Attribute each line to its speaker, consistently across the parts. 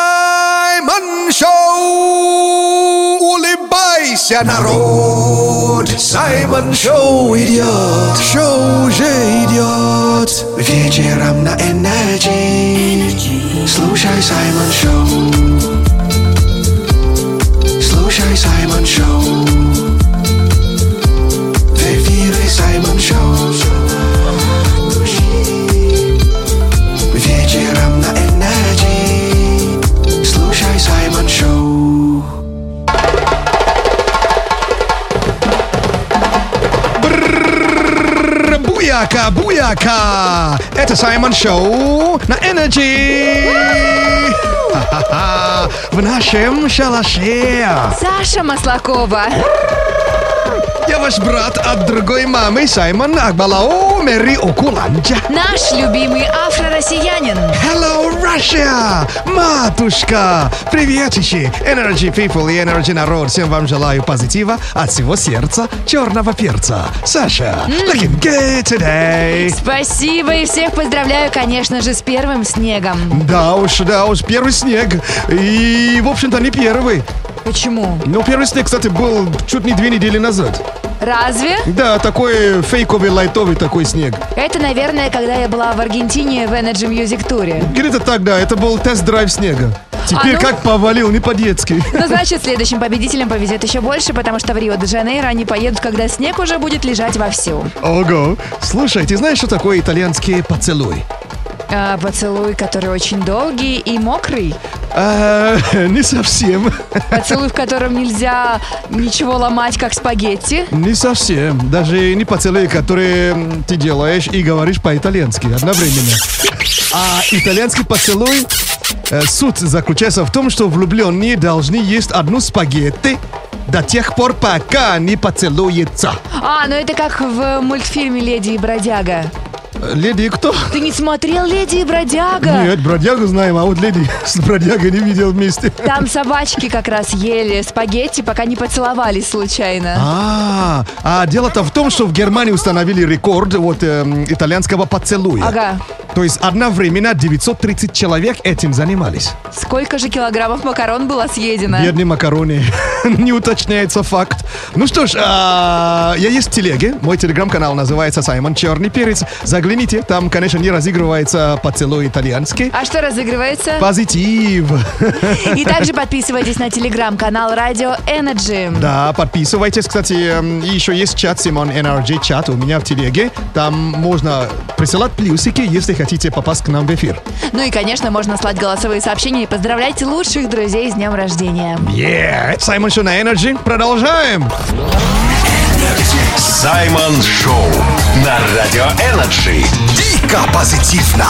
Speaker 1: Саймон Шоу! Улыбайся, народ! Саймон Шоу идет! Шоу уже идет! Вечером на Энерджи Слушай Саймон Шоу Слушай Саймон Шоу В эфире Саймон Шоу Вечером на Энерджи Слушай Саймон Шоу
Speaker 2: Буяка, буяка! Это Саймон Шоу на Energy! Ха-ха-ха! В нашем шалаше!
Speaker 3: Саша Маслакова.
Speaker 2: Я ваш брат от другой мамы, Саймон Акбалао Мэри Окуланджа.
Speaker 3: Наш любимый афро-россиянин.
Speaker 2: Hello, Russia! Матушка! Приветичи! Energy people и Energy народ! Всем вам желаю позитива от всего сердца черного перца. Саша, looking good today!
Speaker 3: Спасибо и всех поздравляю, конечно же, с первым снегом.
Speaker 2: Да уж, да уж, первый снег. И, в общем-то, не первый.
Speaker 3: Почему?
Speaker 2: Но первый снег, кстати, был чуть не две недели назад.
Speaker 3: Разве?
Speaker 2: Да, такой фейковый, лайтовый такой снег.
Speaker 3: Это, наверное, когда я была в Аргентине в Energy Music Tour.
Speaker 2: Где-то так, да, это был тест-драйв снега. Теперь
Speaker 3: А ну-
Speaker 2: как повалил, не по-детски.
Speaker 3: Ну, значит, следующим победителям повезет еще больше, потому что в Рио-де-Жанейро они поедут, когда снег уже будет лежать вовсю.
Speaker 2: Ого. Слушай, ты знаешь, что такое итальянский поцелуй?
Speaker 3: А, поцелуй, который очень долгий и мокрый.
Speaker 2: А, не совсем.
Speaker 3: Поцелуй, в котором нельзя ничего ломать, как спагетти.
Speaker 2: Не совсем. Даже не поцелуи, которые м, ты делаешь и говоришь по-итальянски одновременно. А итальянский поцелуй э, суть заключается в том, что влюбленные должны есть одну спагетти до тех пор, пока не поцелуется.
Speaker 3: А, ну это как в мультфильме «Леди и бродяга».
Speaker 2: Э, Леди кто?
Speaker 3: Ты не смотрел «Леди и бродяга»?
Speaker 2: Нет, бродягу знаем, а вот леди с бродягой не видел вместе.
Speaker 3: Там собачки как раз ели спагетти, пока не поцеловались случайно.
Speaker 2: А, а дело-то в том, что в Германии установили рекорд вот эм, итальянского поцелуя.
Speaker 3: Ага.
Speaker 2: То есть одновременно 930 человек этим занимались.
Speaker 3: Сколько же килограммов макарон было съедено?
Speaker 2: Бедные макароны. Не уточняется факт. Ну что ж, а, я есть в телеге. Мой телеграм-канал называется Саймон Черный Перец. Загляните, там, конечно, не разыгрывается поцелуй итальянский.
Speaker 3: А что разыгрывается?
Speaker 2: Позитив.
Speaker 3: И также подписывайтесь на телеграм-канал Радио Energy.
Speaker 2: Да, подписывайтесь. Кстати, эм, и еще есть чат Симон NRG чат у меня в телеге. Там можно присылать плюсики, если хотите попасть к нам в эфир.
Speaker 3: Ну и, конечно, можно слать голосовые сообщения и поздравлять лучших друзей с днем рождения.
Speaker 2: Yeah, это Саймон Шоу на Energy. Продолжаем.
Speaker 4: Саймон Шоу на Радио Энерджи.
Speaker 1: Дико позитивно!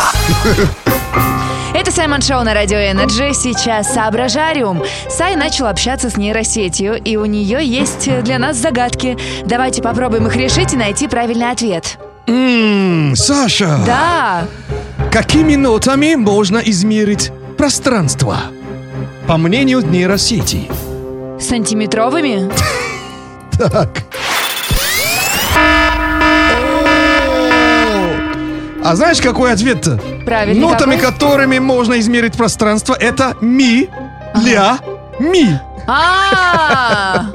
Speaker 3: Это Саймон Шоу на Радио Energy. Сейчас соображариум. Сай начал общаться с нейросетью, и у нее есть для нас загадки. Давайте попробуем их решить и найти правильный ответ.
Speaker 2: М, Саша,
Speaker 3: Да,
Speaker 2: какими нотами можно измерить пространство? По мнению нейросети.
Speaker 3: сантиметровыми.
Speaker 2: Так. А знаешь, какой ответ-то?
Speaker 3: Правильный
Speaker 2: Нотами,
Speaker 3: какой?
Speaker 2: которыми можно измерить пространство, это ми, ля, ми.
Speaker 3: А,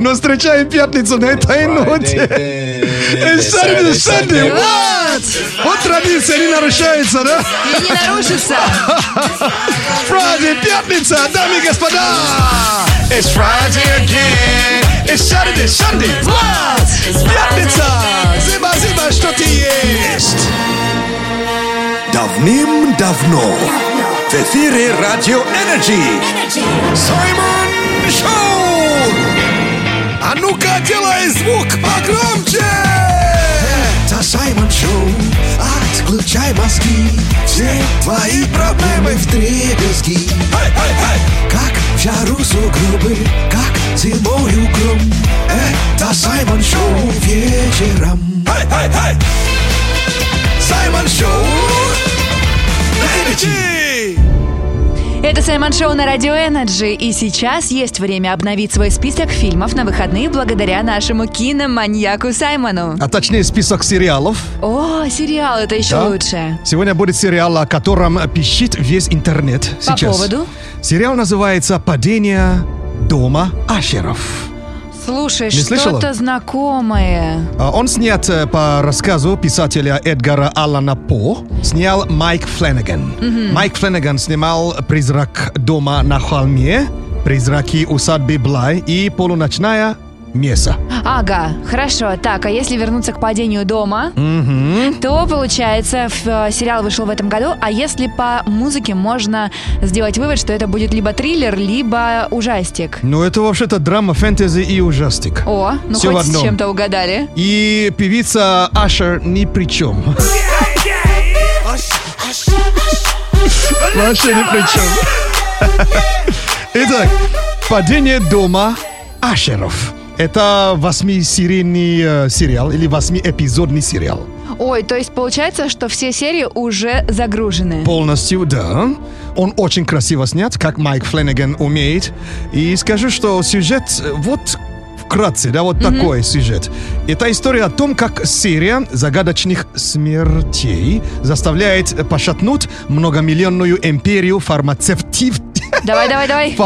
Speaker 2: Но встречаем пятницу на этой ноте. Э, Saturday, Sunday, what? Вот традиция не нарушается, да?
Speaker 3: и не нарушится.
Speaker 2: Friday, пятница, дамы и господа! It's Friday again, it's Saturday, Sunday, what? Пятница! Зиба-зиба, что ты есть?
Speaker 1: Давным-давно в эфире Радио Энерджи Саймон Шоу! А ну-ка, делай звук погромче! Это Саймон Шоу, отключай мозги Все твои проблемы в дребезги Как в жару сугробы, как зимою гром Это Саймон Шоу вечером Саймон Шоу на Energy.
Speaker 3: Это Саймон Шоу на Радио Энерджи. И сейчас есть время обновить свой список фильмов на выходные благодаря нашему киноманьяку Саймону.
Speaker 2: А точнее список сериалов.
Speaker 3: О, сериал, это еще
Speaker 2: Да.
Speaker 3: лучше.
Speaker 2: Сегодня будет сериал, о котором пищит весь интернет
Speaker 3: По
Speaker 2: сейчас.
Speaker 3: поводу?
Speaker 2: Сериал называется «Падение дома Ашеров».
Speaker 3: Слушай,
Speaker 2: Не слышала?
Speaker 3: что-то знакомое.
Speaker 2: А, Он снят э, по рассказу писателя Эдгара Аллана По. Снял Майк Фленнеган. Майк Фленнеган снимал «Призрак дома на холме», «Призраки усадьбы Блай» и «Полуночная меса».
Speaker 3: Ага, хорошо. Так, а если вернуться к падению дома, то получается, ф- э, сериал вышел в этом году, а если по музыке можно сделать вывод, что это будет либо триллер, либо ужастик.
Speaker 2: Ну, это вообще-то драма, фэнтези и ужастик.
Speaker 3: О, ну
Speaker 2: Всё
Speaker 3: хоть
Speaker 2: в
Speaker 3: с
Speaker 2: одном.
Speaker 3: чем-то угадали.
Speaker 2: И певица Ашер ни при чем. Вообще ни при чем. Итак, падение дома Ашеров. Это восьмисерийный э, сериал или восьмиэпизодный сериал.
Speaker 3: Ой, то есть получается, что все серии уже загружены.
Speaker 2: Полностью, да. Он очень красиво снят, как Майк Фленнеган умеет. И скажу, что сюжет э, вот вкратце, да, вот такой сюжет. Это история о том, как серия загадочных смертей заставляет э, пошатнуть многомиллионную империю фармацевтив...
Speaker 3: Давай, давай, давай.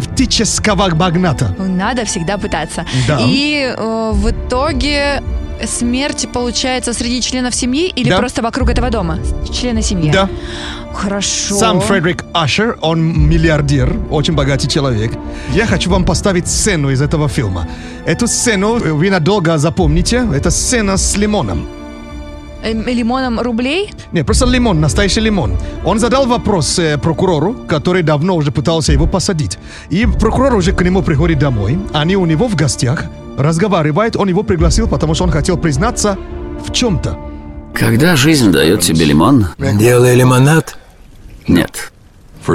Speaker 2: фармацевтического магната.
Speaker 3: Надо всегда пытаться.
Speaker 2: Да.
Speaker 3: И э, в итоге смерть получается среди членов семьи или
Speaker 2: Да.
Speaker 3: просто вокруг этого дома? Члены семьи.
Speaker 2: Да.
Speaker 3: Хорошо.
Speaker 2: Сам Фредерик Ашер, он миллиардер, очень богатый человек. Я хочу вам поставить сцену из этого фильма. Эту сцену э, вы надолго запомните. Это сцена с лимоном.
Speaker 3: Э, лимоном рублей?
Speaker 2: Не, просто лимон, настоящий лимон. Он задал вопрос э, прокурору, который давно уже пытался его посадить. И прокурор уже к нему приходит домой. Они у него в гостях. Разговаривает, он его пригласил, потому что он хотел признаться в чем-то.
Speaker 5: Когда жизнь дает тебе лимон?
Speaker 6: Делай лимонад.
Speaker 5: Нет.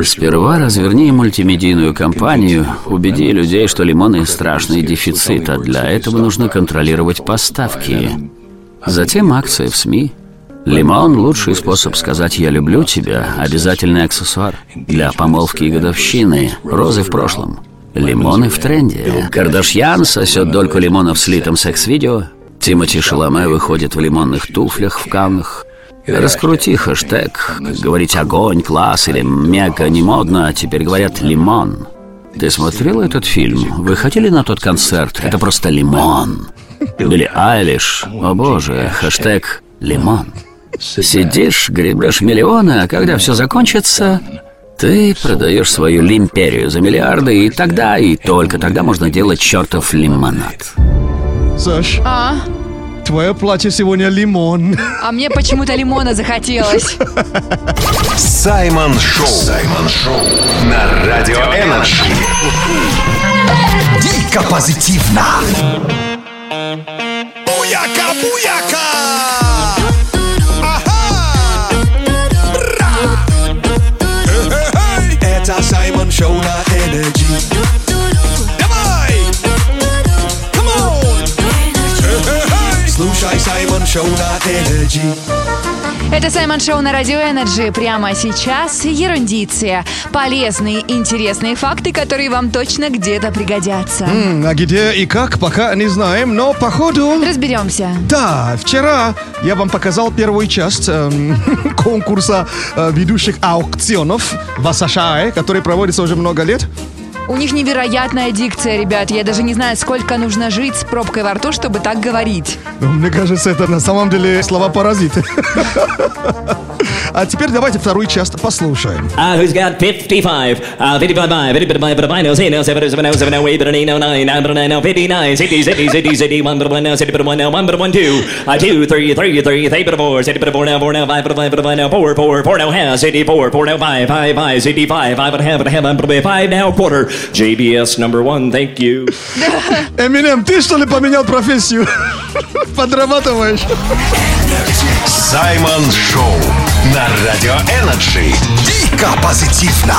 Speaker 5: Сперва разверни мультимедийную кампанию, убеди людей, что лимоны – страшный дефицит, а для этого нужно контролировать поставки. Затем акции в СМИ. Лимон – лучший способ сказать «я люблю тебя», обязательный аксессуар для помолвки и годовщины, розы в прошлом. Лимоны в тренде. Кардашьян сосет дольку лимона в слитом секс-видео, Тимати Шаломе выходит в лимонных туфлях в Каннах, Раскрути хэштег, говорить огонь, класс или мега не модно, а теперь говорят лимон. Ты смотрела этот фильм? Вы ходили на тот концерт? Это просто лимон. Или Айлиш. О боже, хэштег лимон. Сидишь, гребешь миллионы, а когда все закончится, ты продаешь свою лимперию за миллиарды, и тогда, и только тогда можно делать чертов лимонад.
Speaker 2: Саш,
Speaker 3: А,
Speaker 2: твое платье сегодня лимон.
Speaker 3: а мне почему-то лимона захотелось.
Speaker 4: Саймон Шоу. Саймон Шоу на Радио Энерджи.
Speaker 1: Дико позитивно. Буяка, буяка! Ага! Ра! Эй-эй-эй! Это Саймон Шоу на Энерджи. Давай! Come on! Эй-эй-эй! Слушай Саймон Шоу на Энерджи.
Speaker 3: Это Саймон Шоу на Радио Энерджи. Прямо сейчас ерундиция. Полезные, интересные факты, которые вам точно где-то пригодятся.
Speaker 2: М, А где и как, пока не знаем, но походу...
Speaker 3: Разберемся.
Speaker 2: Да, вчера я вам показал первую часть эм, конкурса э, ведущих аукционов в США, который проводится уже много лет.
Speaker 3: У них невероятная дикция, ребят. Я даже не знаю, сколько нужно жить с пробкой во рту, чтобы так говорить.
Speaker 2: Ну, мне кажется, это на самом деле слова паразиты. А теперь давайте вторую часть послушаем.
Speaker 7: Uh, who's got 55? Uh, 55, 55, 55, no, say no, 7, 7, 7, 8, 8, 9, 9, 9, 9, 59, 60, 60, 60, 60, 1, 1, 1, 60, 1, 1, 1, 1, 2, uh, 2, 3, 3, 3, 3, 4, 60, 4, 4, 5, 5, 5, 4, 4, 4, now half, 64, 4, now 5, 5, 5, 65, 5 and a half, and a half, and a 5, now quarter. JBS number one, thank you.
Speaker 2: Эминем, ты что ли поменял профессию? Подрабатываешь?
Speaker 4: Саймон Шоу на Радио Энерджи.
Speaker 1: Дико позитивно.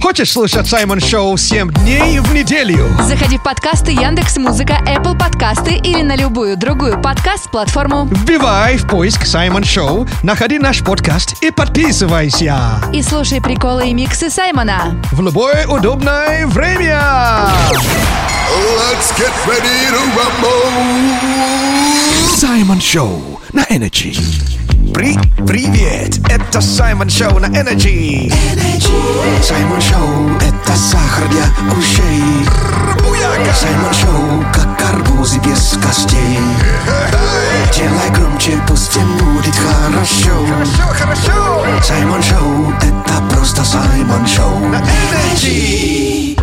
Speaker 2: Хоть Хочешь слушать Саймон Шоу 7 дней в неделю?
Speaker 3: Заходи в подкасты Яндекс Музыка, Apple Подкасты или на любую другую подкаст-платформу.
Speaker 2: Вбивай в поиск Саймон Шоу, находи наш подкаст и подписывайся
Speaker 3: И слушай приколы и миксы Саймона.
Speaker 2: в любое удобное время.
Speaker 1: Let's get ready to rumble.
Speaker 2: Саймон Шоу на Energy.
Speaker 1: При привет, это Саймон Шоу на Energy. Саймон Шоу, это сахар для ушей. Саймон Шоу, как арбузы без костей. Делай громче, пусть всем будет хорошо. Саймон Шоу, это просто Саймон Шоу на Energy.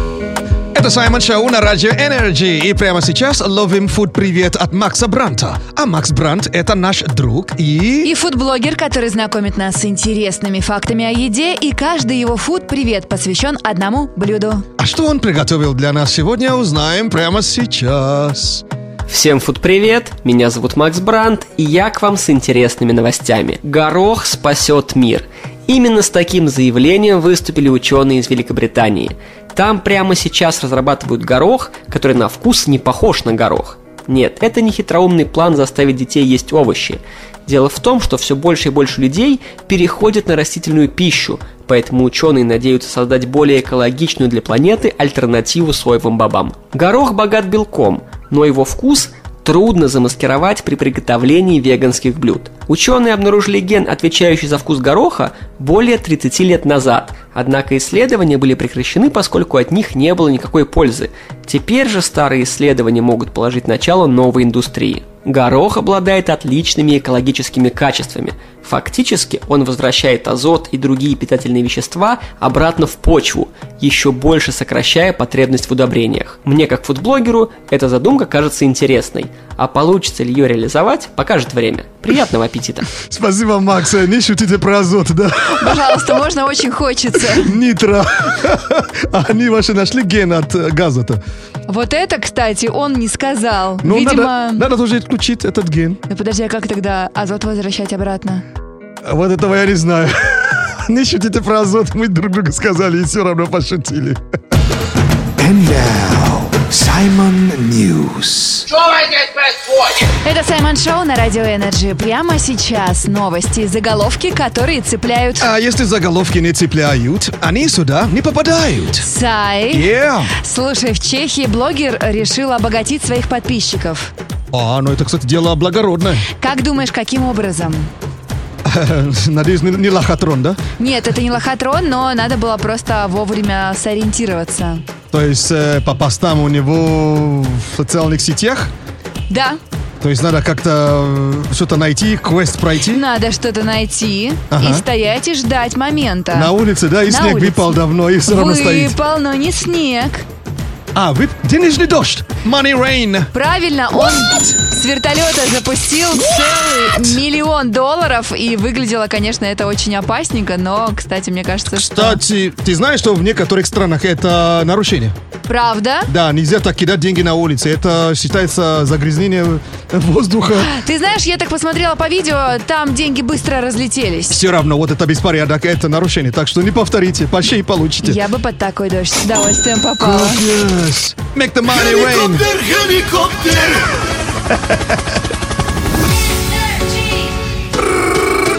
Speaker 2: Это Саймон Шоу на Радио Energy. И прямо сейчас ловим фуд-привет от Макса Бранта. А Макс Брант — это наш друг и...
Speaker 3: И фудблогер, который знакомит нас с интересными фактами о еде, и каждый его фуд-привет посвящен одному блюду.
Speaker 2: А что он приготовил для нас сегодня, узнаем прямо сейчас.
Speaker 6: Всем фуд-привет, меня зовут Макс Брандт, и я к вам с интересными новостями. Горох спасет мир. Именно с таким заявлением выступили ученые из Великобритании. Там прямо сейчас разрабатывают горох, который на вкус не похож на горох. Нет, это не хитроумный план заставить детей есть овощи. Дело в том, что все больше и больше людей переходят на растительную пищу, поэтому ученые надеются создать более экологичную для планеты альтернативу соевым бобам. Горох богат белком, но его вкус трудно замаскировать при приготовлении веганских блюд. Ученые обнаружили ген, отвечающий за вкус гороха, более 30 лет назад, однако исследования были прекращены, поскольку от них не было никакой пользы. Теперь же старые исследования могут положить начало новой индустрии. Горох обладает отличными экологическими качествами. Фактически он возвращает азот и другие питательные вещества обратно в почву, еще больше сокращая потребность в удобрениях. Мне, как фудблогеру, эта задумка кажется интересной, а получится ли ее реализовать, покажет время. Приятного аппетита!
Speaker 2: Спасибо, Макс. Не шутите про азот, да?
Speaker 3: Пожалуйста, можно, очень хочется.
Speaker 2: Нитро. Они вообще нашли ген от э, газа-то.
Speaker 3: Вот это, кстати, он не сказал.
Speaker 2: Ну,
Speaker 3: Видимо...
Speaker 2: надо, надо тоже отключить этот ген.
Speaker 3: Ну, подожди, а как тогда азот возвращать обратно?
Speaker 2: Вот этого я не знаю. Не шутите про азот, мы друг другу сказали и все равно пошутили.
Speaker 1: And now, Simon News.
Speaker 3: Это Саймон Шоу на Радио Энерджи. Прямо сейчас новости, заголовки, которые цепляют
Speaker 2: А если заголовки не цепляют, они сюда не попадают.
Speaker 3: Сай.
Speaker 2: Yeah.
Speaker 3: Слушай, в Чехии блогер решил обогатить своих подписчиков.
Speaker 2: А, ну это, кстати, дело благородное.
Speaker 3: Как думаешь, каким образом?
Speaker 2: Надеюсь, не, не лохотрон, да?
Speaker 3: Нет, это не лохотрон, но надо было просто вовремя сориентироваться.
Speaker 2: То есть э, по постам у него в социальных сетях,
Speaker 3: Да,
Speaker 2: то есть надо как-то э, что-то найти, квест пройти.
Speaker 3: надо что-то найти
Speaker 2: Ага.
Speaker 3: и стоять и ждать момента.
Speaker 2: На улице, да, и
Speaker 3: На
Speaker 2: снег
Speaker 3: улице.
Speaker 2: выпал давно, и все равно стоит.
Speaker 3: Выпал, но не снег.
Speaker 2: А, вы... денежный дождь. Money rain.
Speaker 3: Правильно, он с вертолета запустил целый миллион долларов, и выглядело, конечно, это очень опасненько, но, кстати, мне кажется, что...
Speaker 2: Кстати, ты знаешь, что в некоторых странах это нарушение?
Speaker 3: Правда?
Speaker 2: Да, нельзя так кидать деньги на улице. Это считается загрязнение воздуха.
Speaker 3: Ты знаешь, я так посмотрела по видео, там деньги быстро разлетелись.
Speaker 2: Все равно, вот это беспорядок, это нарушение. Так что не повторите, почти и получите.
Speaker 3: Я бы под такой дождь с удовольствием попала.
Speaker 2: Yes. Make the money rain.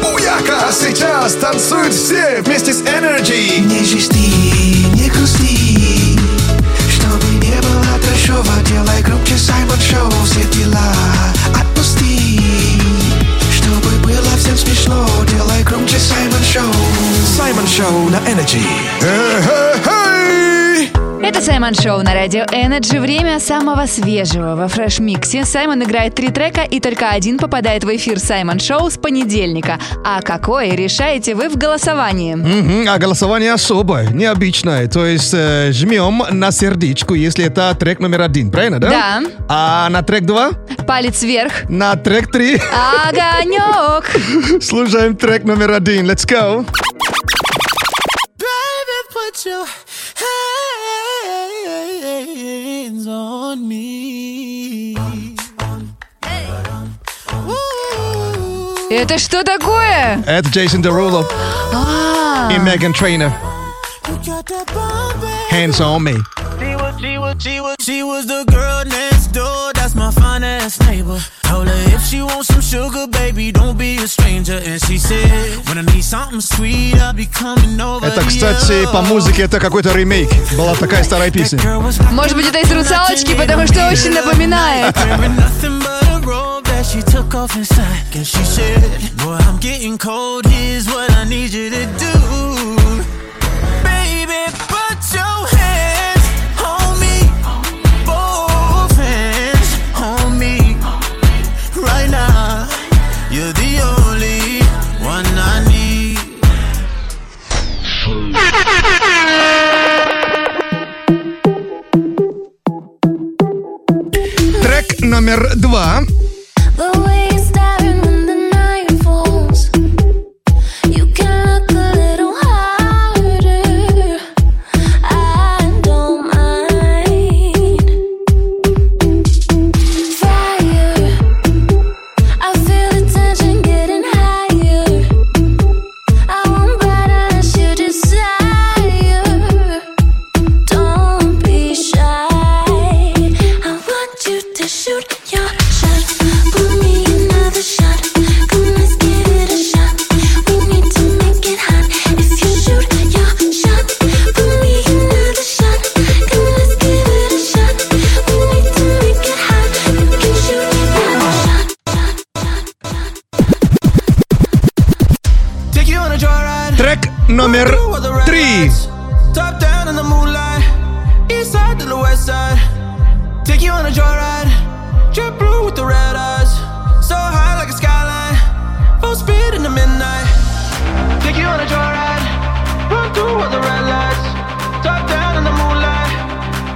Speaker 1: Буяка сейчас танцуют все вместе с Energy. Не жести, не грусти, чтобы не было трэшово, делай громче Саймон Шоу, все дела отпусти, чтобы было всем смешно, делай громче Саймон Шоу. Саймон Шоу на Energy.
Speaker 3: Это Саймон Шоу на радио Energy. Время самого свежего. Во фреш-миксе Саймон играет три трека, и только один попадает в эфир Саймон Шоу с понедельника. А какой, решаете вы в голосовании.
Speaker 2: Мгм, А голосование особое, необычное. То есть э, жмем на сердечку, если это трек номер один, правильно, да?
Speaker 3: Да.
Speaker 2: А на трек два?
Speaker 3: Палец вверх.
Speaker 2: На трек три
Speaker 3: А. Огонек!
Speaker 2: слушаем трек номер один. Let's go.
Speaker 3: Это что такое?
Speaker 2: Это Джейсон Деруло
Speaker 3: А,
Speaker 2: А.
Speaker 3: А.
Speaker 2: и Меган Трейнер. Hands on me.
Speaker 8: She was, she was, she was, she was the girl next door. That's my fine ass neighbor. Told her if she wants some sugar, baby, don't be a stranger. And she said, when I need something sweet, I'll be coming over.
Speaker 2: Это,
Speaker 8: to
Speaker 2: кстати,
Speaker 8: you.
Speaker 2: по музыке это какой-то ремейк. Была такая старая песня.
Speaker 8: Girl was nothing
Speaker 3: Может быть, это из
Speaker 8: but
Speaker 3: «Русалочки»,
Speaker 8: nothing
Speaker 3: потому
Speaker 8: in
Speaker 3: что
Speaker 8: the
Speaker 3: очень
Speaker 8: middle of
Speaker 3: напоминает.
Speaker 8: the night. Wearing nothing but a robe that she took off inside. And she said, boy, I'm getting cold. Here's what I need you to do. Baby, put your hands on me. Both hands on me. Right now, you're the only one I need.
Speaker 2: Трек номер два.
Speaker 9: The way it's staring when the night falls. You can look a little harder. I don't mind. Fire. I feel the tension getting higher. I won't bite unless you desire. Don't be shy. I want you to shoot your shot. Pour me another shot. Come, let's give it a shot. We need to make it hot. If you shoot your shot, pour me another shot. Come, let's give it a shot. We need to make it hot. You can shoot your shot.
Speaker 8: Take you on a joyride.
Speaker 2: Трек номер
Speaker 8: Through all the red
Speaker 2: три.
Speaker 8: lights. Top down in the moonlight. East side to the west side. Take you on a joyride. Jet blue with the red eyes. So high like a skyline. Full speed in the midnight. Take you on a joyride. Run through all the red lights. Top down in the moonlight.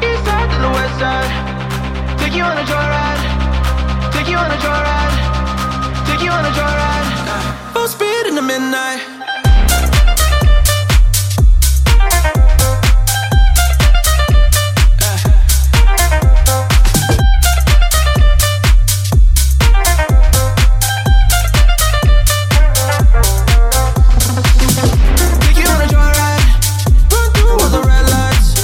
Speaker 8: East side to the west side. Take you on a joyride. Take you on a joyride. Take you on a joyride. Full speed in the midnight. Take you on a joyride. Run through all the red lights.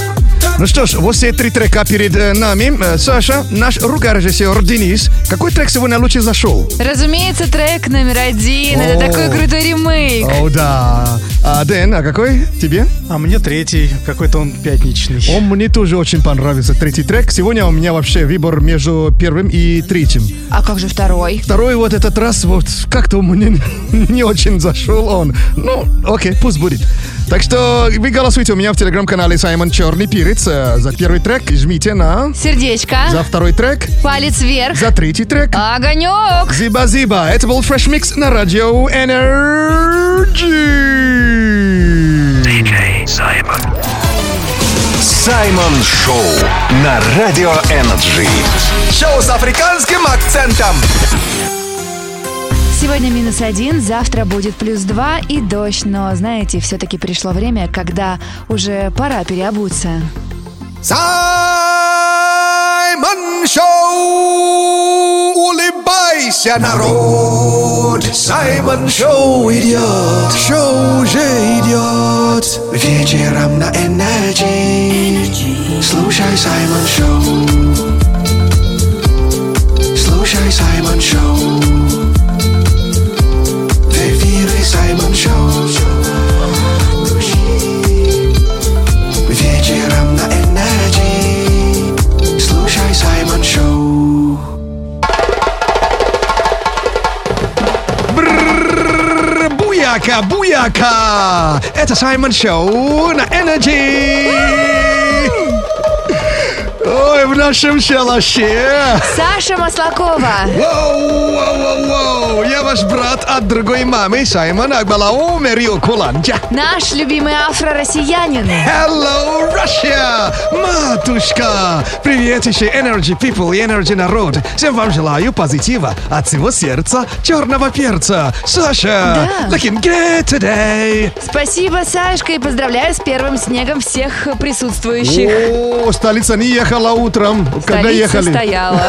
Speaker 2: Ну что ж, вот все три трека перед э, нами. Э, Саша, наш рукорежиссер Денис, какой трек сегодня лучше зашел?
Speaker 3: Разумеется, трек номер один. Это
Speaker 2: О.
Speaker 3: такой крутой ремейк.
Speaker 2: О, да. А, Дэн, а какой тебе?
Speaker 10: А мне третий, какой-то он пятничный.
Speaker 2: Он мне тоже очень понравился, третий трек. Сегодня у меня вообще выбор между первым и третьим.
Speaker 3: А как же второй?
Speaker 2: Второй вот этот раз вот как-то мне не очень зашел он. Ну, окей, пусть будет. Так что вы голосуйте у меня в телеграм-канале Саймон Черный Перец э, за первый трек. и Жмите на...
Speaker 3: Сердечко,
Speaker 2: За второй трек,
Speaker 3: палец вверх,
Speaker 2: за третий трек.
Speaker 3: огонек.
Speaker 2: Зиба-зиба. Это был Fresh Mix на радио Energy.
Speaker 4: Саймон Шоу на Радио Энерджи.
Speaker 1: Шоу с африканским акцентом.
Speaker 3: Сегодня минус один, завтра будет плюс два и дождь. Но, знаете, все-таки пришло время, когда уже пора переобуться.
Speaker 1: Саймон Шоу! Улыбайся, народ! Саймон Шоу идет! Шоу уже идет! Вечером на Энерджи Слушай Саймон Шоу Слушай Саймон Шоу В эфире Саймон Шоу Вечером на Энерджи Слушай Саймон Шоу
Speaker 2: Брррррр, Буяка, буяка. Это Саймон Шоу на Energy. Ой, в нашем шалаше.
Speaker 3: Саша Маслакова.
Speaker 2: Воу, воу, воу, воу. Я ваш брат от другой мамы, Саймон Акбалау Мерио Куланджа.
Speaker 3: Наш любимый афро-россиянин.
Speaker 2: Hello, Russia! Матушка! Привет еще Energy People и Energy народ! Всем вам желаю позитива от всего сердца черного перца! Саша!
Speaker 3: Да.
Speaker 2: Looking good today!
Speaker 3: Спасибо, Сашка, и поздравляю с первым снегом всех присутствующих.
Speaker 2: О, столица не ехала утром, когда
Speaker 3: Столица
Speaker 2: ехали.
Speaker 3: стояла.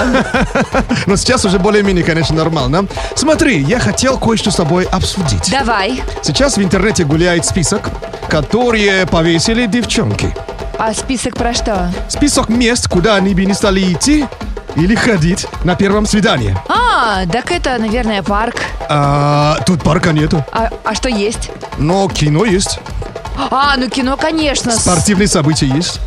Speaker 2: Но сейчас уже более-менее, конечно, нормально. Смотри, я хотел кое-что с тобой обсудить.
Speaker 3: Давай.
Speaker 2: Сейчас в интернете гуляет список, которые повесили девчонки.
Speaker 3: А список про что?
Speaker 2: Список мест, куда они бы не стали идти или ходить на первом свидании.
Speaker 3: А, так это, наверное, парк.
Speaker 2: А, тут парка нету,
Speaker 3: А, а что есть?
Speaker 2: но кино есть,
Speaker 3: А, ну кино, конечно. с-
Speaker 2: спортивные события есть.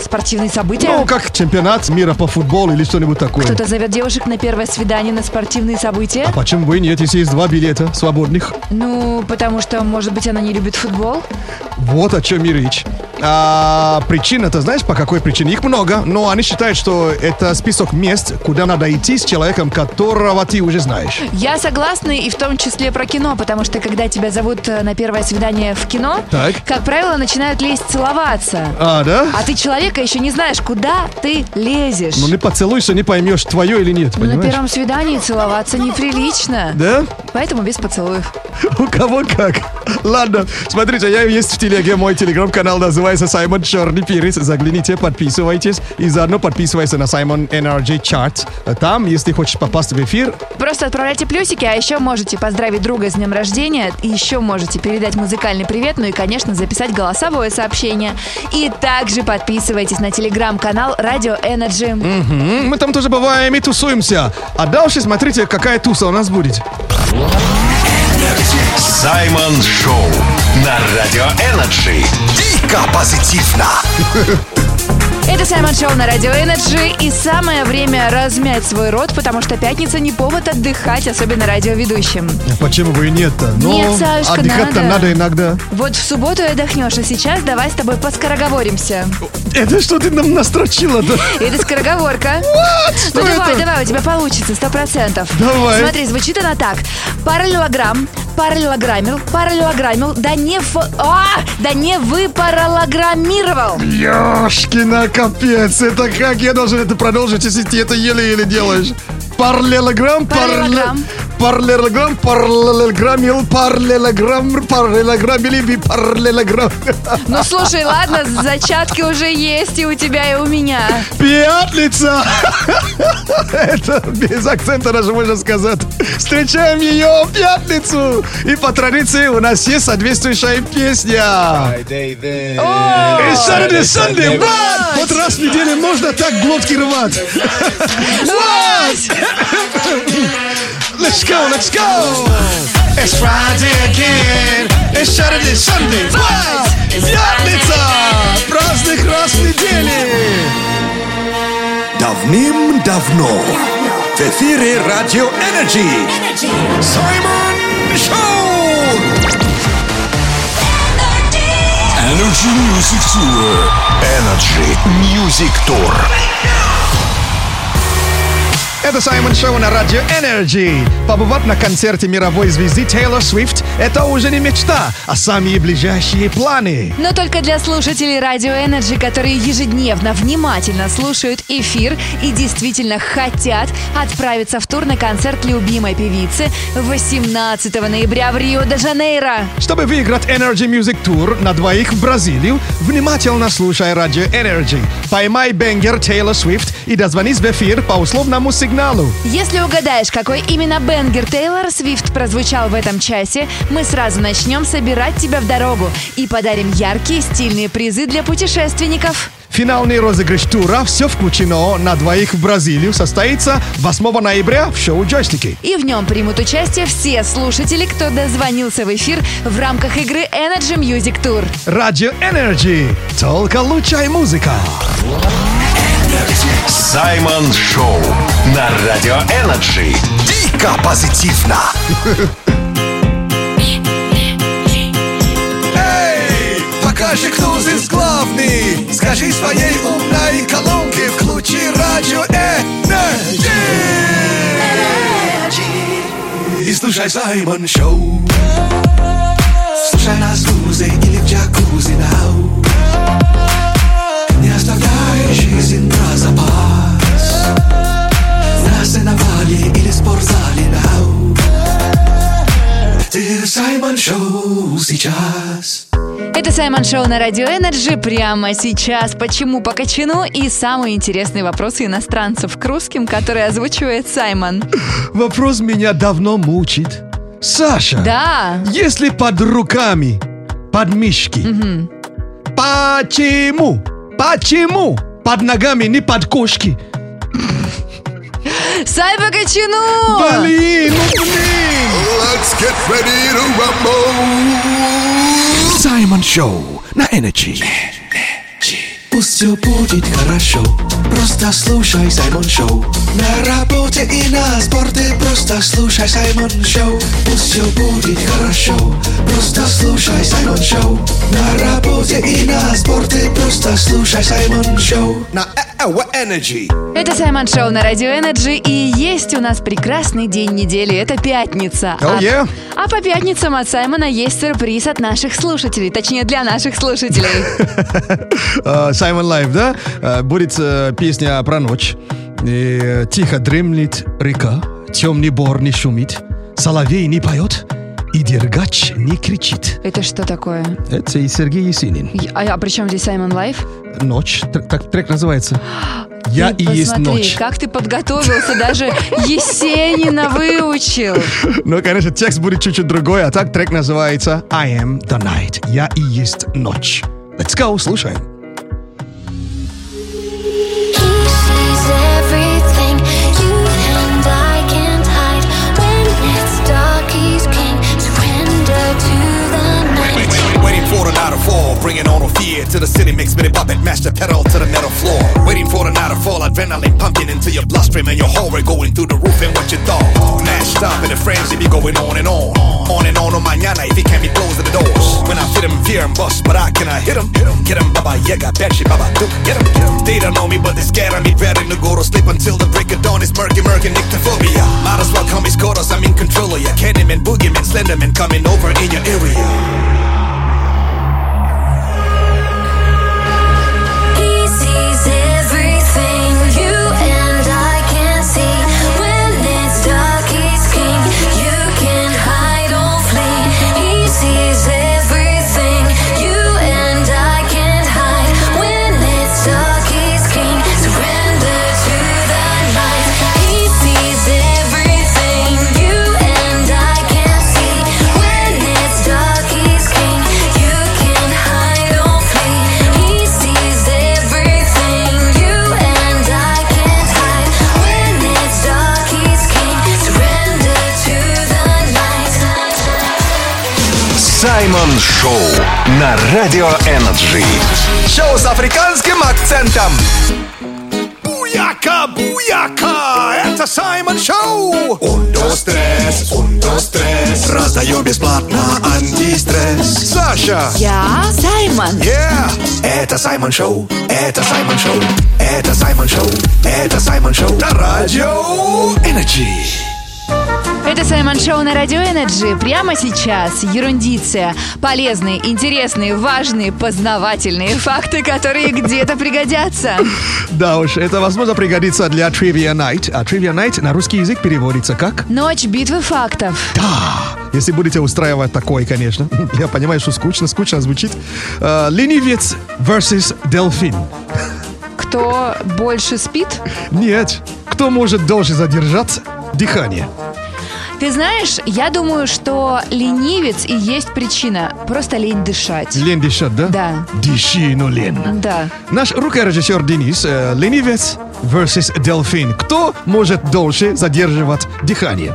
Speaker 3: Спортивные события.
Speaker 2: Ну, как чемпионат мира по футболу или что-нибудь такое.
Speaker 3: Кто-то зовет девушек на первое свидание на спортивные события.
Speaker 2: А почему бы и нет, если есть два билета свободных?
Speaker 3: Ну, потому что, может быть, она не любит футбол.
Speaker 2: Вот о чем и речь. А причина-то знаешь, по какой причине? Их много, но они считают, что это список мест, куда надо идти с человеком, которого ты уже знаешь.
Speaker 3: Я согласна и в том числе про кино, потому что когда тебя зовут э, на первое свидание в кино,
Speaker 2: Так.
Speaker 3: как правило, начинают лезть целоваться.
Speaker 2: А, да?
Speaker 3: А ты человека еще не знаешь, куда ты лезешь.
Speaker 2: Ну, не поцелуйся, не поймешь, твое или нет,
Speaker 3: Ну, на
Speaker 2: понимаешь?
Speaker 3: первом свидании целоваться неприлично.
Speaker 2: Да?
Speaker 3: Поэтому без поцелуев.
Speaker 2: У кого как. Ладно, смотрите, я есть в телеге. Мой телеграм-канал называется Саймон Черный Перец. Загляните, подписывайтесь. И заодно подписывайся на Саймон Energy Chart. Там, если хочешь попасть в эфир,
Speaker 3: Просто отправляйте плюсики, а еще можете поздравить друга с днем рождения, и еще можете передать музыкальный привет, ну и, конечно, записать голосовое сообщение. И также подписывайтесь на телеграм-канал Радио Energy.
Speaker 2: м, мы там тоже бываем и тусуемся. А дальше смотрите, какая туса у нас будет.
Speaker 4: Саймон Шоу на Радио Энерджи.
Speaker 1: Дико позитивно.
Speaker 3: Это Саймон Шоу на Радио Energy, и самое время размять свой рот, потому что пятница не повод отдыхать, особенно радиоведущим.
Speaker 2: А Почему бы и нет-то?
Speaker 3: Нет, Сашка,
Speaker 2: отдыхать-то
Speaker 3: надо.
Speaker 2: надо иногда.
Speaker 3: Вот в субботу и отдохнешь, а сейчас давай с тобой поскороговоримся.
Speaker 2: Это что ты нам настрочила-то?
Speaker 3: Это скороговорка.
Speaker 2: Что
Speaker 3: Ну давай,
Speaker 2: это?
Speaker 3: давай, у тебя получится, сто процентов.
Speaker 2: Давай.
Speaker 3: Смотри, звучит она так. Параллелограмм, параллелограммил, параллелограммил, да не ф... А! Да не выпараллограммировал.
Speaker 2: Ёшкина капец, это как я должен это продолжить, если ты это еле-еле делаешь? Параллелограмм,
Speaker 3: Параллелограмм.
Speaker 2: параллелограмм, параллелограмм, параллелограммил, параллелограмм, параллелограммили, параллелограмм.
Speaker 3: Ну слушай, ладно, зачатки уже есть и у тебя, и у меня.
Speaker 2: Пятница! Это без акцента даже можно сказать. Встречаем ее в пятницу! И по традиции у нас есть соответствующая песня. It's Saturday, Sunday, what? Вот раз в неделю можно так глотки рвать. What? Let's go, let's go! It's Friday again. It's Saturday, Sunday, what? Пятница! Праздник раз в неделю!
Speaker 1: Давным-давно в эфире Радио Энерджи Саймон Шоу!
Speaker 4: Energy Music Tour. Energy Music Tour.
Speaker 2: Это Саймон Шоу на Радио Энерджи. Побывать на концерте мировой звезды Тейлор Свифт – это уже не мечта, а самые ближайшие планы.
Speaker 3: Но только для слушателей Радио Energy, которые ежедневно внимательно слушают эфир и действительно хотят отправиться в тур на концерт любимой певицы 18 ноября в Рио-де-Жанейро.
Speaker 2: Чтобы выиграть Energy Music Tour на двоих в Бразилию, внимательно слушай Радио Энерджи. Поймай бенгер Тейлор Свифт и дозвонись в эфир по условному сигналу.
Speaker 3: Если угадаешь, какой именно бенгер Тейлор Свифт прозвучал в этом часе, мы сразу начнем собирать тебя в дорогу и подарим яркие стильные призы для путешественников.
Speaker 2: Финальный розыгрыш тура «Все включено» на двоих в Бразилию состоится 8 ноября в шоу «Джойстики».
Speaker 3: И в нем примут участие все слушатели, кто дозвонился в эфир в рамках игры Energy Music Tour.
Speaker 2: Радио Энерджи. Только лучшая музыка.
Speaker 4: Саймон Шоу на Радио Энерджи.
Speaker 1: Дико позитивно. Эй, покажи, кто здесь главный. Скажи своей умной колонке, включи радио Energy. И слушай Саймон Шоу. Слушай нас в лузе или в джакузи нау. Не оставляй жизнь на запас. Нас на Бали или спортзале нау. Ты в Саймон Шоу сейчас.
Speaker 3: Это Саймон Шоу на Радио Энерджи прямо сейчас. Почему по качану? И самые интересные вопросы иностранцев к русским, которые озвучивает Саймон.
Speaker 2: Вопрос меня давно мучит. Саша,
Speaker 3: Да,
Speaker 2: если под руками, подмышки. Почему? Почему под ногами не подкошки?
Speaker 3: Сайба Качину!
Speaker 2: Блин, ну блин!
Speaker 1: Let's get ready to rumble. Саймон Шоу на Energy. Пусть все будет хорошо, просто слушай Саймон Шоу. На работе и на спорте просто слушай Саймон Шоу. Пусть все будет хорошо, просто слушай Саймон Шоу. На работе и на спорте просто слушай Саймон Шоу. На Energy.
Speaker 3: Это Саймон Шоу на Радио Энерджи, и есть у нас прекрасный день недели, это пятница.
Speaker 2: Oh,
Speaker 3: а,
Speaker 2: yeah.
Speaker 3: а по пятницам от Саймона есть сюрприз от наших слушателей, точнее для наших слушателей.
Speaker 2: Э, Саймон Лайв, да? Э, Будет э, песня про ночь. И, э, тихо дремлет река, темный бор не шумит, соловей не поет, и дергач не кричит.
Speaker 3: Это что такое?
Speaker 2: Это и Сергей Есенин.
Speaker 3: Я- А, а при чем здесь Саймон Лайф?
Speaker 2: Ночь, тр- так трек называется. Я и
Speaker 3: Ты
Speaker 2: есть
Speaker 3: посмотри,
Speaker 2: ночь.
Speaker 3: как ты подготовился, даже Есенина выучил.
Speaker 2: Ну, конечно, текст будет чуть-чуть другой, а так трек называется I am the night. Я и есть ночь. Let's go, слушаем.
Speaker 9: He sees everything you and I can't hide. When it's dark, he's king. Surrender to the night.
Speaker 1: Waiting for the night to fall, bringing on a fear to the city mix, spinning pop it, mash the pedal to the metal floor. Waiting for the night to fall, adrenaline pumping into your bloodstream and your horror going through the roof and what you thought. Nashed up in the frenzy be going on and on, on and on on mañana if he can't be closing the doors. When I fit him, fear him, bust, but I cannot hit him. Get him, Baba Yaga, Betchy, Baba Duke, get him, get him. They don't know me, but they scared of me, dreading to go to sleep until the break of dawn. It's murky, murky, nyctophobia. Might as well come as quarters, I'm in control of ya. Candyman, Boogeyman, Slenderman coming over in your area.
Speaker 9: He sees everything you and I can't see. When it's dark, he's king. You can't hide or flee. He sees everything you and I can't hide. When it's dark, he's king. Surrender to the night. He sees everything you and I can't see. When it's dark, he's king. You can't hide or flee. He sees everything you and I can't hide. When it's dark, he's king. Surrender to the night.
Speaker 4: Саймон Шоу на Радио Энерджи.
Speaker 1: Шоу с африканским акцентом. Буяка, буяка, это Саймон Шоу. Ундо стресс, ундо стресс, раздаю бесплатно антистресс. Саша.
Speaker 3: Я Саймон.
Speaker 1: Yeah. Это Саймон Шоу, это Саймон Шоу, это Саймон Шоу, это Саймон Шоу. На радио Energy.
Speaker 3: Это Саймон Шоу на Радио Энерджи. Прямо сейчас ерундиция. Полезные, интересные, важные, познавательные факты, которые где-то пригодятся.
Speaker 2: Да уж, это, возможно, пригодится для Trivia Night. А Trivia Night на русский язык переводится как?
Speaker 3: Ночь битвы фактов.
Speaker 2: Да! Если будете устраивать такое, конечно. Я понимаю, что скучно, скучно звучит. Э, Ленивец versus дельфин.
Speaker 3: Кто больше спит?
Speaker 2: Нет, кто может дольше задержать дыхание?
Speaker 3: Ты знаешь, я думаю, что ленивец и есть причина. Просто лень дышать.
Speaker 2: Лен дышат, да?
Speaker 3: Да.
Speaker 2: Дыши, но лен.
Speaker 3: Да.
Speaker 2: Наш рукорежиссер Денис, э, ленивец versus дельфин. Кто может дольше задерживать дыхание?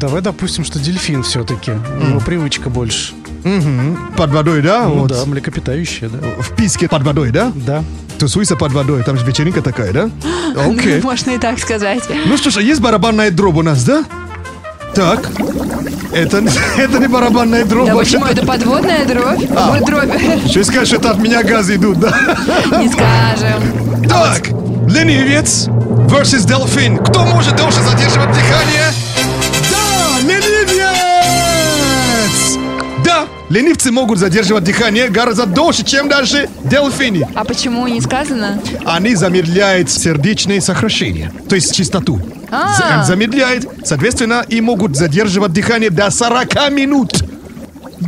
Speaker 10: Давай допустим, что дельфин все-таки. У него привычка больше.
Speaker 2: Под водой, да?
Speaker 10: Ну
Speaker 2: Вот.
Speaker 10: да, млекопитающее, да.
Speaker 2: В писке под водой, да?
Speaker 10: Да.
Speaker 2: Тусуйся под водой, там же вечеринка такая, да?
Speaker 10: Ну
Speaker 2: Окей.
Speaker 3: Можно и так сказать.
Speaker 2: Ну что ж, а есть барабанная дробь у нас, да? Так. Это, это не барабанная дробь.
Speaker 3: Да почему это подводная дробь?
Speaker 2: А.
Speaker 3: Ой, дробь.
Speaker 2: Что скажешь, это от меня газы идут, да?
Speaker 3: Не скажем.
Speaker 2: Так, ленивец versus дельфин. Кто может дольше задерживать дыхание? Да, ленивец! Да, ленивцы могут задерживать дыхание гораздо дольше, чем даже дельфины.
Speaker 3: А почему не сказано?
Speaker 2: Они замедляют сердечные сокращения, то есть частоту.
Speaker 3: А.
Speaker 2: З- эм, Замедляет, соответственно, и могут задерживать дыхание до 40 минут.
Speaker 3: Да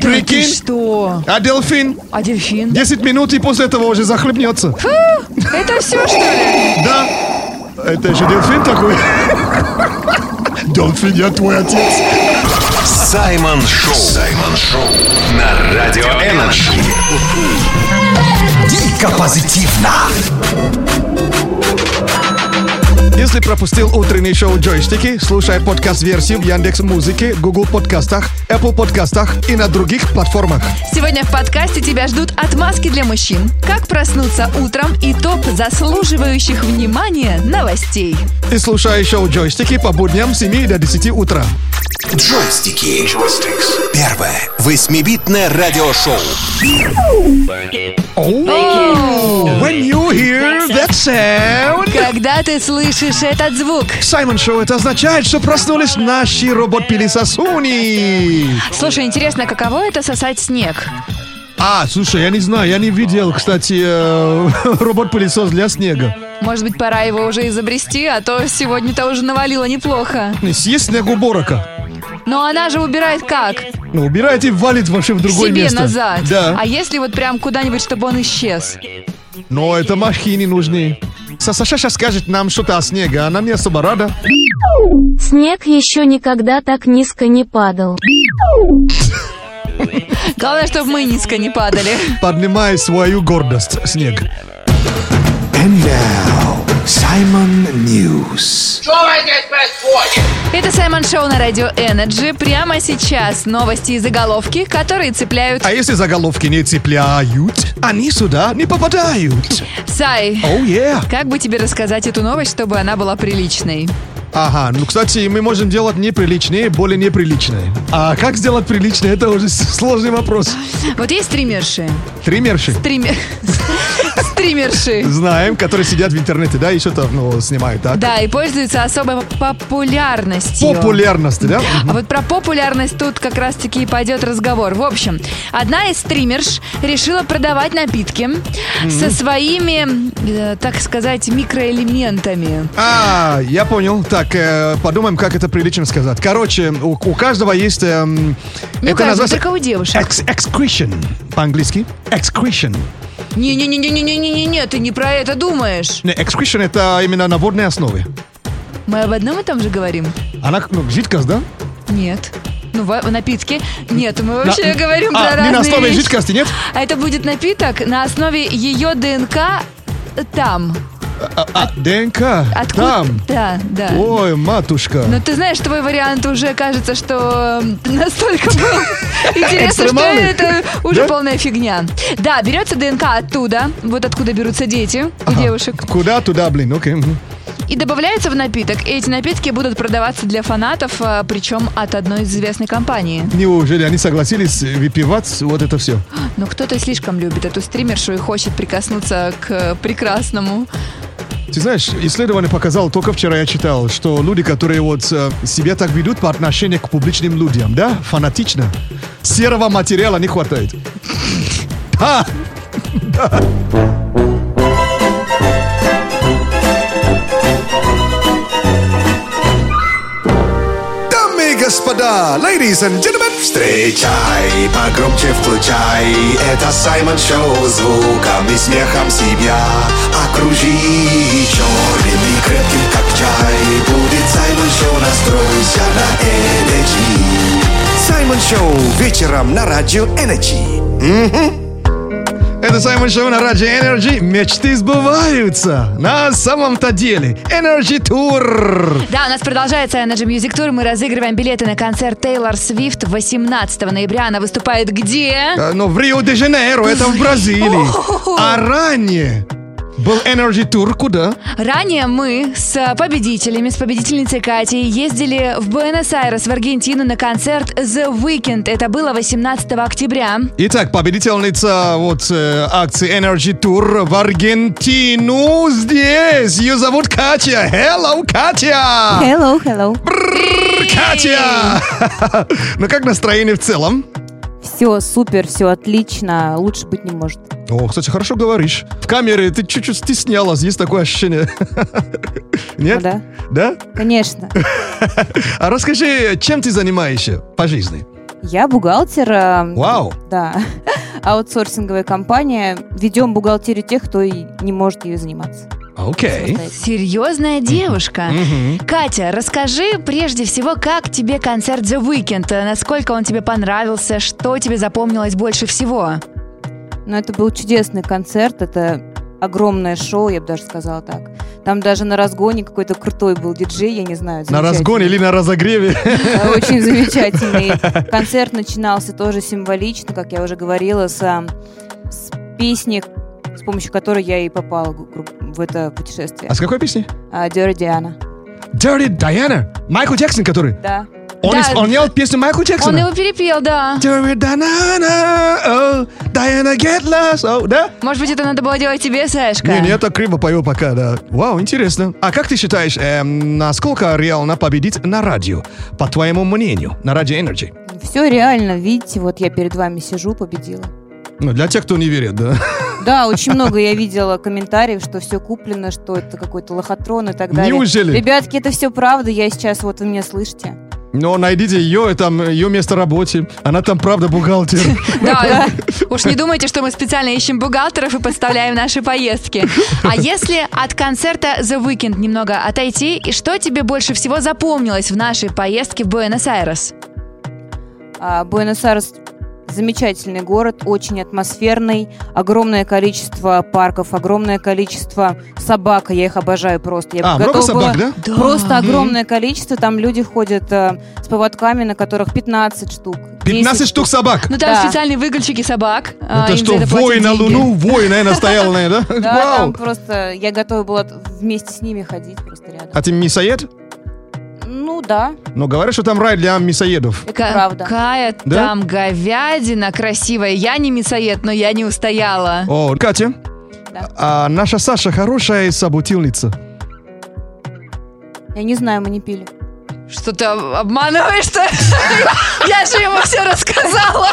Speaker 3: ты
Speaker 2: Прикинь.
Speaker 3: что?
Speaker 2: А дельфин
Speaker 3: А дельфин?
Speaker 2: 10 минут и после этого уже захлебнется.
Speaker 3: Это все, что ли?
Speaker 2: Да. Это же дельфин такой. Дельфин, я твой отец.
Speaker 4: Саймон Шоу. Саймон Шоу на Радио Энерджи. Дико позитивно.
Speaker 2: Если пропустил утренний шоу «Джойстики», слушай подкаст-версию в Яндекс.Музыке, Google подкастах, Apple подкастах и на других платформах.
Speaker 3: Сегодня в подкасте тебя ждут отмазки для мужчин, как проснуться утром и топ заслуживающих внимания новостей.
Speaker 2: И слушай шоу «Джойстики» по будням с 7 до 10 утра.
Speaker 1: Джойстики. Первое. Восьмибитное радиошоу.
Speaker 2: Oh, when you hear that sound...
Speaker 3: Когда ты слышишь этот звук?
Speaker 2: Саймон Шоу, это означает, что проснулись наши робот-пылесосуни.
Speaker 3: Слушай, интересно, каково это сосать снег?
Speaker 2: А, слушай, я не знаю, я не видел, кстати, э, робот-пылесос для снега.
Speaker 3: Может быть, пора его уже изобрести, а то сегодня-то уже навалило неплохо.
Speaker 2: Съесть снегоуборока.
Speaker 3: Но она же убирает как?
Speaker 2: Ну, убирает и валит вообще в другое
Speaker 3: Себе
Speaker 2: место.
Speaker 3: назад.
Speaker 2: Да.
Speaker 3: А если вот прям куда-нибудь, чтобы он исчез?
Speaker 2: Но это махини нужны. Саша сейчас скажет нам что-то о снеге, она не особо рада.
Speaker 11: Снег еще никогда так низко не падал.
Speaker 3: Главное, чтобы мы низко не падали.
Speaker 2: Поднимай свою гордость, снег.
Speaker 1: And now, Simon News.
Speaker 3: Это Саймон Шоу на Радио Энерджи. Прямо сейчас новости и заголовки, которые цепляют...
Speaker 2: А если заголовки не цепляют, они сюда не попадают.
Speaker 3: Сай,
Speaker 2: Оу, oh, yeah.
Speaker 3: как бы тебе рассказать эту новость, чтобы она была приличной?
Speaker 2: Ага, ну, кстати, мы можем делать неприличные, более неприличные. А как сделать приличные, это уже с- сложный вопрос.
Speaker 3: Вот есть стримерши.
Speaker 2: Триммерши.
Speaker 3: Стример... Стримерши.
Speaker 2: Знаем, которые сидят в интернете, да, и что-то ну, снимают, да?
Speaker 3: Да, и пользуются особой популярностью.
Speaker 2: Популярность, да?
Speaker 3: А вот про популярность тут как раз-таки и пойдет разговор. В общем, одна из стримерш решила продавать напитки со своими, э, так сказать, микроэлементами.
Speaker 2: А, я понял. Так, э, подумаем, как это прилично сказать. Короче, у, у каждого есть... эм,
Speaker 3: Ну,
Speaker 2: это
Speaker 3: каждый,
Speaker 2: называется...
Speaker 3: только у девушек.
Speaker 2: экс- excretion. По-английски. Excretion.
Speaker 3: Не-не-не-не-не-не-не, ты не про это думаешь.
Speaker 2: Не, excretion это именно на водной основе.
Speaker 3: Мы об одном и том же говорим?
Speaker 2: Она ну, жидкость, да?
Speaker 3: Нет. Ну, во- напитки? Нет, мы
Speaker 2: На-
Speaker 3: вообще говорим
Speaker 2: а,
Speaker 3: про разные
Speaker 2: не на основе
Speaker 3: вещи.
Speaker 2: жидкости, нет?
Speaker 3: А это будет напиток на основе ее ДНК там.
Speaker 2: А, а, ДНК.
Speaker 3: Откуда?
Speaker 2: Там.
Speaker 3: Да, да.
Speaker 2: Ой, матушка.
Speaker 3: Но ты знаешь, твой вариант уже кажется, что м, настолько был интересно, что
Speaker 2: Экстремальный.
Speaker 3: это уже
Speaker 2: Да?
Speaker 3: полная фигня. Да, берется ДНК оттуда, вот откуда берутся дети у девушек,
Speaker 2: Куда туда, блин, окей. мгм.
Speaker 3: и добавляется в напиток. И эти напитки будут продаваться для фанатов, а, причем от одной из известной компании.
Speaker 2: Неужели они согласились выпивать вот это все?
Speaker 3: Но кто-то слишком любит эту стримершу и хочет прикоснуться к э, прекрасному.
Speaker 2: Ты знаешь, исследование показало, только вчера я читал, что люди, которые вот э, себя так ведут по отношению к публичным людям, да, фанатично, серого материала не хватает. Да,
Speaker 1: Дамы и господа, ladies and gentlemen, встречай, погромче включай. Это Саймон Шоу звуком и смехом себя окружи. Черным и крепким, как чай, будет Саймон Шоу, настройся на Energy. Саймон Шоу вечером на радио Energy.
Speaker 2: это Саймон Шоу на Раджи Energy. Мечты сбываются. На самом-то деле. Energy Tour.
Speaker 3: Да, у нас продолжается Energy Music Tour. Мы разыгрываем билеты на концерт Тейлор Свифт 18 ноября. Она выступает где?
Speaker 2: Э, Но в Рио-де-Жанейро, это в Бразилии. А ранее был Energy Tour куда?
Speaker 3: Ранее мы с победителями, с победительницей Катей ездили в Буэнос-Айрес, в Аргентину, на концерт The Weekend. Это было 18 октября.
Speaker 2: Итак, победительница вот э, акции Energy Tour в Аргентину здесь. Ее зовут Катя. Hello, Катя!
Speaker 12: Hello, hello.
Speaker 2: Катя! Ну как настроение в целом?
Speaker 12: Все супер, все отлично, лучше быть не может.
Speaker 2: О, кстати, хорошо говоришь. В камере ты чуть-чуть стеснялась, есть такое ощущение.
Speaker 12: Ну
Speaker 2: Нет?
Speaker 12: да,
Speaker 2: Да?
Speaker 12: конечно.
Speaker 2: А расскажи, чем ты занимаешься по жизни?
Speaker 12: Я бухгалтер. э,
Speaker 2: Вау!
Speaker 12: Да. Аутсорсинговая компания. Ведем бухгалтерию тех, кто и не может ее заниматься.
Speaker 2: Окей.
Speaker 3: Серьезная девушка. Катя, расскажи прежде всего, как тебе концерт The Weekend? Насколько он тебе понравился? Что тебе запомнилось больше всего?
Speaker 12: Но Ну, это был чудесный концерт, это огромное шоу, я бы даже сказала так. Там даже на разгоне какой-то крутой был диджей, я не знаю.
Speaker 2: На
Speaker 12: замечательный.
Speaker 2: разгоне или на разогреве?
Speaker 12: Да, Очень замечательный. Концерт начинался тоже символично, как я уже говорила, с, а, с песни, с помощью которой я и попала гру- гру- в это путешествие.
Speaker 2: А с какой песни?
Speaker 12: А, Dirty Diana.
Speaker 2: Dirty Diana. Майкл Джексон, который?
Speaker 12: Да.
Speaker 2: Он,
Speaker 3: Да.
Speaker 2: исп- он пел песню Майкла
Speaker 3: Он
Speaker 2: Джексона?
Speaker 3: его перепел, да.
Speaker 2: Dirty Diana, oh, Diana get lost, oh, да?
Speaker 3: Может быть, это надо было делать тебе, Сашка?
Speaker 2: Не, не, я так криво пою пока, да. Вау, интересно. А как ты считаешь, эм, насколько реально победить на радио? По твоему мнению, на радио Energy?
Speaker 12: Все реально, видите, вот я перед вами сижу, победила.
Speaker 2: Ну, для тех, кто не верит, да.
Speaker 12: Да, очень много я видела комментариев, что все куплено, что это какой-то лохотрон Ну и так далее.
Speaker 2: Неужели?
Speaker 12: Ребятки, это все правда, я сейчас, вот вы меня слышите.
Speaker 2: Но найдите ее, и там ее место работе. Она там, правда, бухгалтер.
Speaker 3: Да, уж не думайте, что мы специально ищем бухгалтеров и подставляем наши поездки. А если от концерта The Weekend немного отойти, и что тебе больше всего запомнилось в нашей поездке в Буэнос-Айрес?
Speaker 12: А, Буэнос-Айрес замечательный город, очень атмосферный, огромное количество парков, огромное количество собак, я их обожаю просто. Я
Speaker 2: А, много
Speaker 12: готова была-
Speaker 2: собак, да? Да.
Speaker 12: Просто
Speaker 2: Мгм.
Speaker 12: огромное количество, там люди ходят э, с поводками, на которых 15 штук.
Speaker 2: 15
Speaker 12: 10
Speaker 2: штук собак.
Speaker 3: Ну там
Speaker 12: Да.
Speaker 3: специальные выгульщики собак. а,
Speaker 2: Это
Speaker 3: им
Speaker 2: что,
Speaker 3: за это
Speaker 2: вой
Speaker 3: платят
Speaker 2: на
Speaker 3: деньги.
Speaker 2: луну, вой, наверное, стоял, наверное, да?
Speaker 12: Да, там
Speaker 2: Вау.
Speaker 12: просто я готова была т- вместе с ними ходить просто рядом.
Speaker 2: А ты мясоед?
Speaker 12: Ну да,
Speaker 2: Ну, говорят, что там рай для мясоедов.
Speaker 12: это правда.
Speaker 3: Какая
Speaker 2: Да?
Speaker 3: там говядина красивая. Я не мясоед, но я не устояла.
Speaker 2: О, Катя. А наша Саша хорошая собутыльница.
Speaker 12: Я не знаю, мы не пили.
Speaker 3: Что ты об- обманываешь, что ли? Я же ему все рассказала.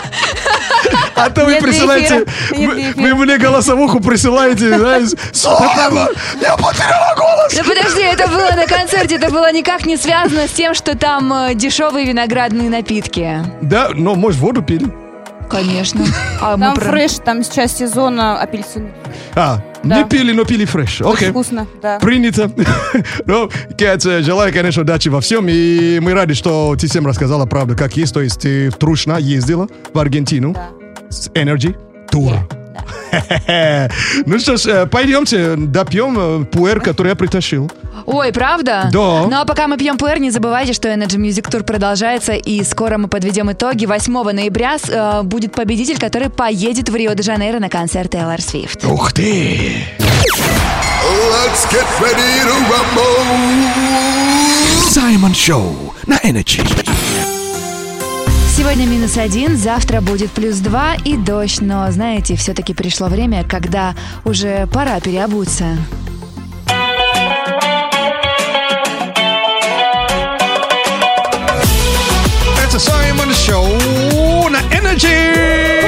Speaker 2: А то вы
Speaker 3: Нет
Speaker 2: присылаете,
Speaker 3: эфира. Нет
Speaker 2: вы,
Speaker 3: эфира.
Speaker 2: вы мне голосовуху присылаете, знаешь, «Солома, я потеряла голос.
Speaker 3: Да подожди, это было на концерте, это было никак не связано с тем, что там э, дешевые виноградные напитки.
Speaker 2: Да, но, может, воду пили.
Speaker 3: Конечно. А мы
Speaker 12: Там
Speaker 3: про-
Speaker 12: фреш, там сейчас сезона апельсин.
Speaker 2: А, не пили, но пили фреш. Окей.
Speaker 12: Вкусно, да.
Speaker 2: Принято. Ну, Кэт, э, желаю, конечно, удачи во всем. И мы рады, что ты всем рассказала правду, как есть. То есть ты в Трушна ездила в Аргентину с Energy Tour. Ну что ж, э, пойдемте, допьем э, пуэр, который я притащил.
Speaker 3: Ой, правда?
Speaker 2: Да.
Speaker 3: Ну а пока мы пьем пуэр, не забывайте, что Energy Music Tour продолжается, и скоро мы подведем итоги. 8 ноября с, э, будет победитель, который поедет в Рио-де-Жанейро на концерт Тейлор Свифт.
Speaker 2: Ух ты!
Speaker 1: Let's get ready to rumble. Саймон Шоу на Energy.
Speaker 3: Сегодня минус один, завтра будет плюс два и дождь, но, знаете, все-таки пришло время, когда уже пора переобуться.
Speaker 2: Это Саймон Шоу на Energy!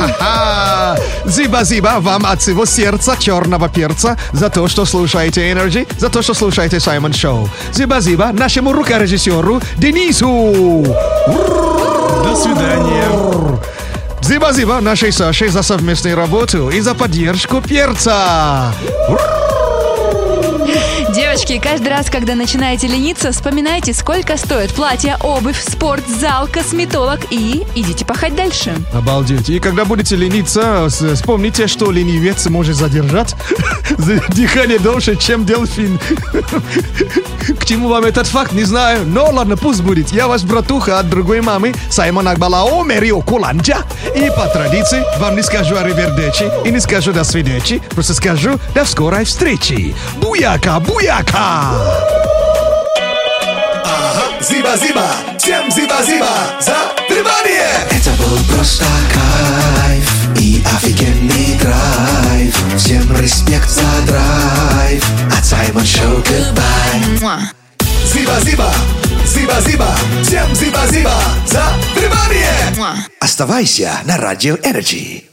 Speaker 2: Ха-ха! Зиба-зиба вам от всего сердца черного перца за то, что слушаете Energy, за то, что слушаете Саймон Шоу. Зиба-зиба нашему рукорежиссеру Денису! До свидания! Зиба-зиба нашей Саше за совместную работу и за поддержку перца!
Speaker 3: Девочки, каждый раз, когда начинаете лениться, вспоминайте, сколько стоит платье, обувь, спортзал, косметолог и идите пахать дальше.
Speaker 2: Обалдеть. И когда будете лениться, с- вспомните, что ленивец может задержать за- дыхание дольше, чем дельфин. К чему вам этот факт, не знаю. Но ладно, пусть будет. Я ваш братуха от другой мамы, Саймон Акбалао, Мерио Куланджа. И по традиции вам не скажу о и не скажу до свидечи, просто скажу до скорой встречи. Буяка, буяка!
Speaker 1: Зиба-зиба, всем зиба-зиба за внимание! Это был просто кайф и офигенный драйв. Всем респект за драйв. От Саймон Шоу goodbye. Зиба-зиба, зиба-зиба, всем зиба-зиба за внимание! Оставайся на Радио Энерджи.